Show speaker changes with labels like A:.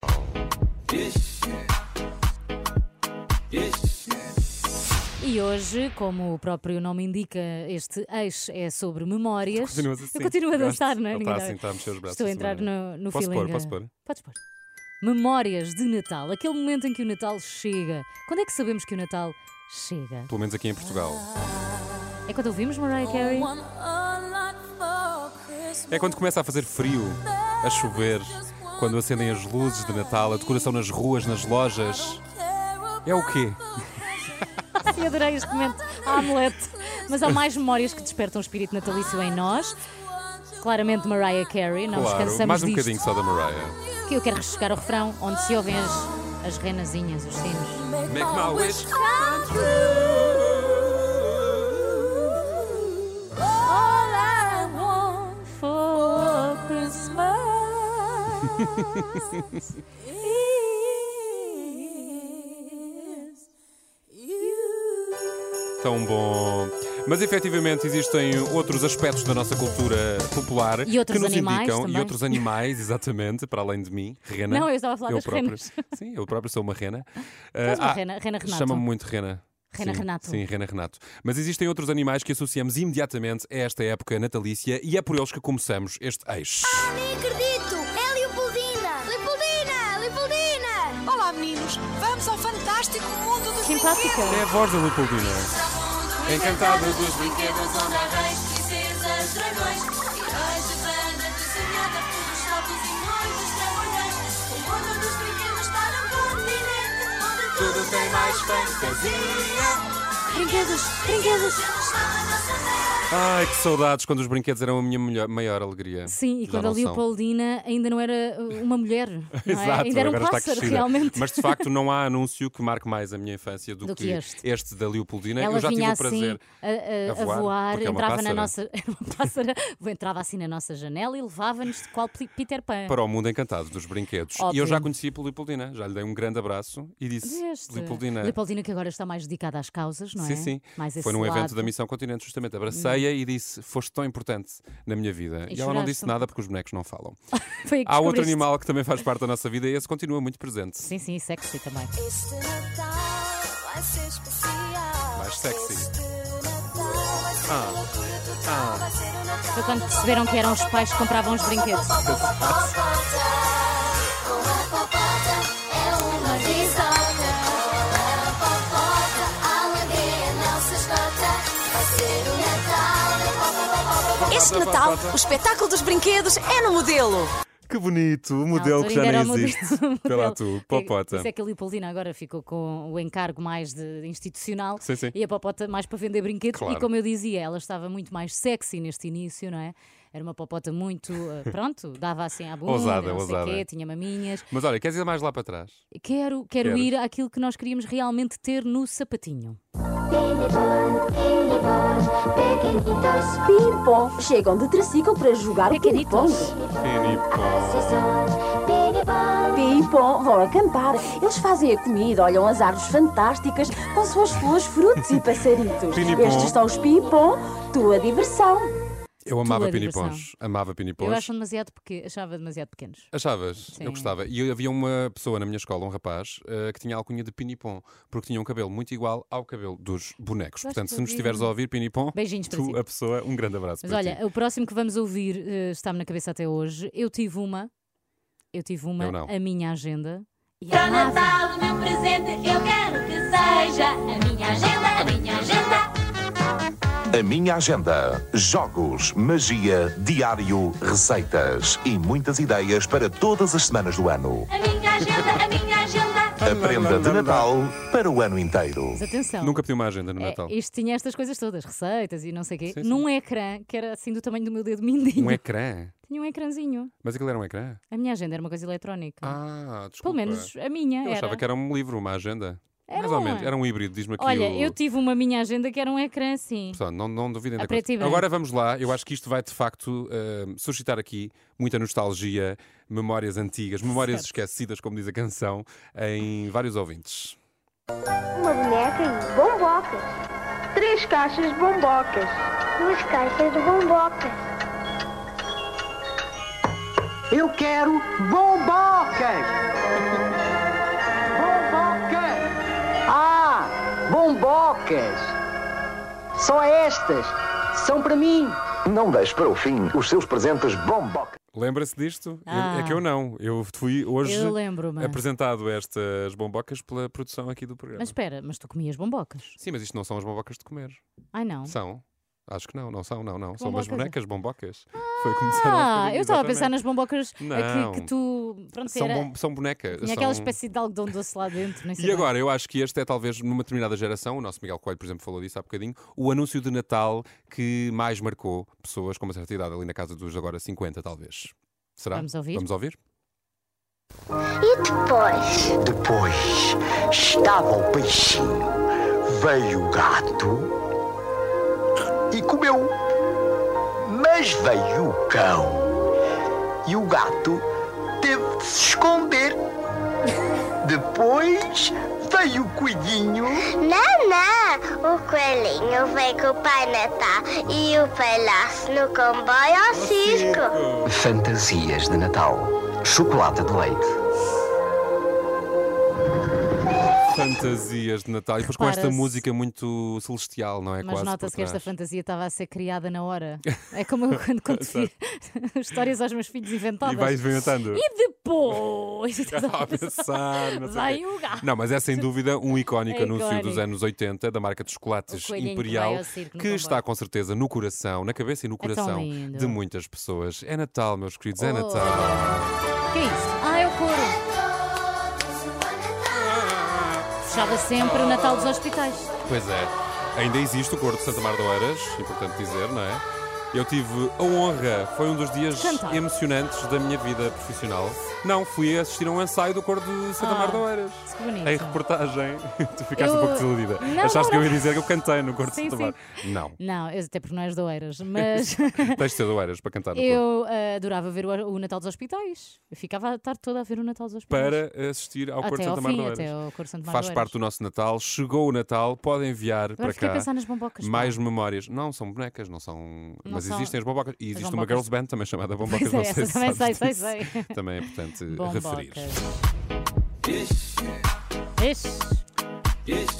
A: é E hoje, como o próprio nome indica, este eixo é sobre memórias.
B: Continuas assim.
A: Eu continuo a
B: Gosto.
A: dançar, não é?
B: Ele
A: Ninguém
B: está
A: dá-
B: assim, está a mexer os braços.
A: Estou a
B: assim,
A: entrar
B: não é?
A: no, no
B: Posso
A: feeling.
B: pôr, posso
A: eh,
B: pôr?
A: Podes pôr. Memórias de Natal, aquele momento em que o Natal chega. Quando é que sabemos que o Natal chega?
B: Pelo menos aqui em Portugal.
A: É quando ouvimos Mariah Carey?
B: É quando começa a fazer frio, a chover, quando acendem as luzes de Natal, a decoração nas ruas, nas lojas. É o quê?
A: Eu adorei este momento, a Hamlet. Mas há mais memórias que despertam o espírito natalício em nós. Claramente Mariah Carey, não nos
B: Claro,
A: cansamos
B: mais um
A: disto.
B: bocadinho só da Mariah.
A: Que eu quero ressuscitar o refrão onde se ouvem as, as renazinhas, os sinos.
B: Make my wish
C: come true. All I want for Christmas is you.
B: Tão bom. Mas efetivamente existem outros aspectos da nossa cultura popular
A: E outros
B: que nos
A: animais
B: indicam,
A: também.
B: e outros animais, exatamente, para além de mim, rena.
A: Não, eu estava a falar das
B: próprio.
A: renas.
B: Sim, eu próprio sou uma rena.
A: És uma
B: Ah,
A: rena, rena Renato.
B: Chama-me muito Rena.
A: Rena
B: Sim,
A: Renato.
B: Sim, Rena Renato. Mas existem outros animais que associamos imediatamente a esta época natalícia e é por eles que começamos este eixo.
D: Nem acredito! É Leopoldina! Leopoldina! Leopoldina!
E: Olá meninos, vamos ao fantástico mundo dos
A: Simpática.
B: É a voz da Leopoldina. Encantado dos
E: brinquedos onde há reis, princesas, dragões E reis de banda desenhada pelos saltos e muitos dragões O mundo dos brinquedos está num continente Onde tudo tem mais fantasia
A: Brinquedos, brinquedos.
B: Ai, que saudades quando os brinquedos eram a minha melhor- maior alegria.
A: Sim, e
B: Já
A: quando
B: não
A: a
B: são.
A: Leopoldina ainda não era uh, uma mulher, não é?
B: Exato,
A: ainda era um
B: agora está
A: pássaro,
B: crescida.
A: realmente.
B: Mas de facto não há anúncio que marque mais a minha infância do,
A: Do que este.
B: da Leopoldina.
A: Ela
B: né, Eu já tive
A: vinha
B: o prazer.
A: assim a, a-
B: a
A: a
B: voar,
A: voar,
B: porque é uma
A: entrava
B: pássara.
A: na nossa era uma pássara, entrava assim na nossa janela e levava-nos de qual P- Peter Pan.
B: Para o mundo encantado dos brinquedos. E
A: Ótimo.
B: eu já conheci a Leopoldina, já lhe dei um grande abraço e disse:
A: Este.
B: Leopoldina.
A: Leopoldina que agora está mais dedicada às causas, não é?
B: Sim, sim.
A: Mais esse
B: Foi num evento
A: lado. Hum.
B: da Missão Continente, justamente. Abracei-a e disse: Foste tão importante na minha vida.
A: E
B: E, ela não
A: choraste
B: disse
A: um
B: nada porque os bonecos não falam.
A: Foi aí que
B: Há outro
A: descobriste.
B: animal que também faz parte da nossa vida e esse continua muito presente.
A: Sim, sim, sexy também.
C: Este Natal vai ser especial.
B: Mais sexy. Ah.
C: Este Natal vai ser uma loucura total. Vai ser o Natal.
A: Foi quando perceberam que eram os pais que compravam os brinquedos.
C: É uma risada. É uma popota. A alegria não se esgota. Vai ser o Natal.
E: Este Natal, o espetáculo dos brinquedos é no modelo
B: Que bonito, o
A: Na
B: modelo
A: altura
B: que já
A: ainda era
B: nem
A: o modelo-
B: existe.
A: o
B: Pela
A: modelo.
B: tu,
A: É,
B: popota.
A: Isso é que a Leopoldina agora ficou com o encargo mais de, de institucional
B: Sim, sim.
A: e a popota mais para vender brinquedos.
B: Claro.
A: E como eu dizia, ela estava muito mais sexy neste início, não é? Era uma popota muito, eh, pronto, dava assim à bunda,
B: Ousada,
A: não sei
B: ousada.
A: quê, tinha maminhas.
B: Mas olha, queres ir mais lá para trás?
A: Quero, quero
B: Quero.
A: ir àquilo que nós queríamos realmente ter no sapatinho.
F: Ping-pong. Chegam de triciclo para jogar
A: é
F: o ping-pong.
A: Pequenitos.
F: Ping-pong. Vão acampar. Eles fazem a comida, olham as árvores fantásticas com suas flores, frutos e passaritos.
B: Pinipom.
F: Estes são os ping-pong. Tua diversão.
B: Eu amava
A: Tua diversão.
B: pinipons. Amava
A: Eu
B: pinipons.
A: acho demasiado peque... achava demasiado pequenos.
B: Achavas?
A: Sim.
B: Eu gostava. E eu- havia uma pessoa na minha escola, um rapaz, eh, que tinha a alcunha de pinipom, porque tinha um cabelo muito igual ao cabelo dos bonecos.
A: Gosto
B: Portanto,
A: de
B: se nos
A: ouvir.
B: estiveres a ouvir, pinipom,
A: Beijinhos para
B: tu,
A: si.
B: a pessoa, um grande abraço
A: um Mas
B: para
A: olha,
B: ti.
A: o próximo que vamos ouvir eh, está-me na cabeça até hoje. Eu tive uma, eu tive uma,
B: Eu não.
A: a minha agenda. E
E: Para o
A: amava.
E: Natal, o meu presente eu quero que seja A minha agenda, a minha agenda
G: A minha agenda: jogos, magia, diário, receitas e muitas ideias para todas as semanas do ano.
E: A minha agenda, a minha agenda
G: A prenda de Natal para o ano inteiro.
A: Mas atenção.
B: Nunca pedi uma agenda no
A: É,
B: Natal.
A: isto tinha estas coisas todas, receitas e não sei o quê,
B: Sim, sim.
A: num ecrã que era assim do tamanho do meu dedo mindinho.
B: Um ecrã?
A: Tinha um ecrãzinho.
B: Mas aquilo era um ecrã?
A: A minha agenda era uma coisa eletrónica.
B: Ah, desculpa.
A: Pelo menos a minha
B: Eu
A: era.
B: achava que era um livro, uma agenda.
A: Era
B: Mais ou
A: um-
B: menos, era um híbrido, diz-me aqui.
A: Olha,
B: o...
A: eu tive uma minha agenda que era um ecrã assim.
B: Pessoal, não, não duvidem
A: A
B: da
A: preto e
B: coisa.
A: branco.
B: Agora vamos lá, eu acho que isto vai de facto eh, suscitar aqui muita nostalgia, memórias antigas, memórias esquecidas, como diz a canção, em vários ouvintes.
D: Uma boneca e bombocas. Três caixas de bombocas. Duas caixas de bombocas.
H: Eu quero bombocas! bocas. Ah, Só estas são para mim.
G: Não deixe para o fim os seus presentes bombocas.
B: Lembra-se disto? Eu-
A: Ah.
B: É que eu não. Eu fui hoje
A: Eu lembro-me.
B: apresentado estas bombocas pela produção aqui do programa.
A: Mas espera, mas tu comias bombocas?
B: Sim, mas isto não são as bombocas de comer.
A: Ai não.
B: São? Acho que não, não são, não, não. São umas
A: bombocas é?
B: bonecas bombocas. Foi como disseram há
A: Ah,
B: bocadinho,
A: eu estava a pensar
B: exatamente.
A: nas bombocas eh,
B: Não.
A: que, que tu. Pronto,
B: São,
A: era.
B: bom- são bonecas.
A: Tinha aquela
B: são-
A: espécie de algodão doce lá dentro, nem sei
B: E
A: bem.
B: agora, eu acho que este é talvez numa determinada geração, o nosso Miguel Coelho, por exemplo, falou disso há bocadinho, o anúncio de Natal que mais marcou pessoas com uma certa idade, ali na casa dos agora 50, talvez. Será?
A: Vamos ouvir?
B: Vamos ouvir?
D: E depois?
I: Depois estava o peixinho, veio o gato e comeu. Mas veio o cão e o gato teve de se esconder. Depois veio o coelhinho.
D: Não, não. O coelhinho veio com o Pai Natal e o palhaço no comboio ao circo.
I: Fantasias de Natal. Chocolate de leite.
B: Fantasias de Natal. E depois com
A: Repara-se.
B: esta música muito celestial, não é?
A: Mas
B: Quase
A: nota-se
B: por
A: que esta
B: trás.
A: fantasia estava a ser criada na hora. É como eu quando conto histórias aos meus filhos inventadas.
B: E vais inventando.
A: E depois. E estás
B: a
A: a pensar.
B: pensar, não sei o
A: Vai
B: quê.
A: o gato.
B: Não, mas é sem dúvida um icónico
A: É
B: anúncio
A: icónico.
B: dos anos 80 da marca de
A: O
B: chocolates
A: coelhinho que
B: Imperial
A: vai ao circo no
B: que
A: comboio. É
B: está com certeza no coração, na cabeça e no
A: tão
B: coração
A: lindo.
B: de muitas pessoas. É Natal, meus queridos, é
A: Oh.
B: Natal.
A: Que é isso? Ah, é o couro. Fechava sempre o Natal dos hospitais.
B: Pois é, ainda existe o Coro de Santa Mar de Oeiras, importante dizer, não é? Eu tive a honra, foi um dos dias
A: Cantar.
B: emocionantes da minha vida profissional. Não, fui assistir a um ensaio do Coro de Santa
A: Ah,
B: Mar de Oeiras.
A: Que bonito.
B: Em reportagem, tu ficaste um
A: Eu-
B: pouco desiludida.
A: Não,
B: Achaste
A: não,
B: que eu ia
A: não.
B: dizer que eu cantei no Coro de
A: Sim,
B: Santa Mar. Não.
A: Não, eu- até porque não és doeiras, mas
B: Tens de ser do Eras para cantar no coro.
A: eu eh, adorava ver o, o Natal dos Hospitais. Eu ficava a tarde toda a ver o Natal dos Hospitais.
B: Para assistir ao Coro de
A: até ao
B: Santa Mar de
A: fim, até
B: Oeiras.
A: ao Coro Santo Mar
B: Faz
A: de Oeiras.
B: parte do nosso Natal, chegou o Natal, pode enviar
A: Agora
B: para
A: fiquei a
B: cá
A: pensar nas bombocas. pá.
B: mais memórias. Não, são bonecas, não são.
A: é? Não
B: mas
A: são-
B: existem as bombocas. E existe uma
A: bombocas.
B: girls band também chamada Bombocas,
A: Pois é,
B: não sei
A: essa
B: se
A: também
B: sabes
A: sei,
B: disso.
A: sei, sei.
B: Também é importante
A: Bombocas.
B: referir.
A: Ixi.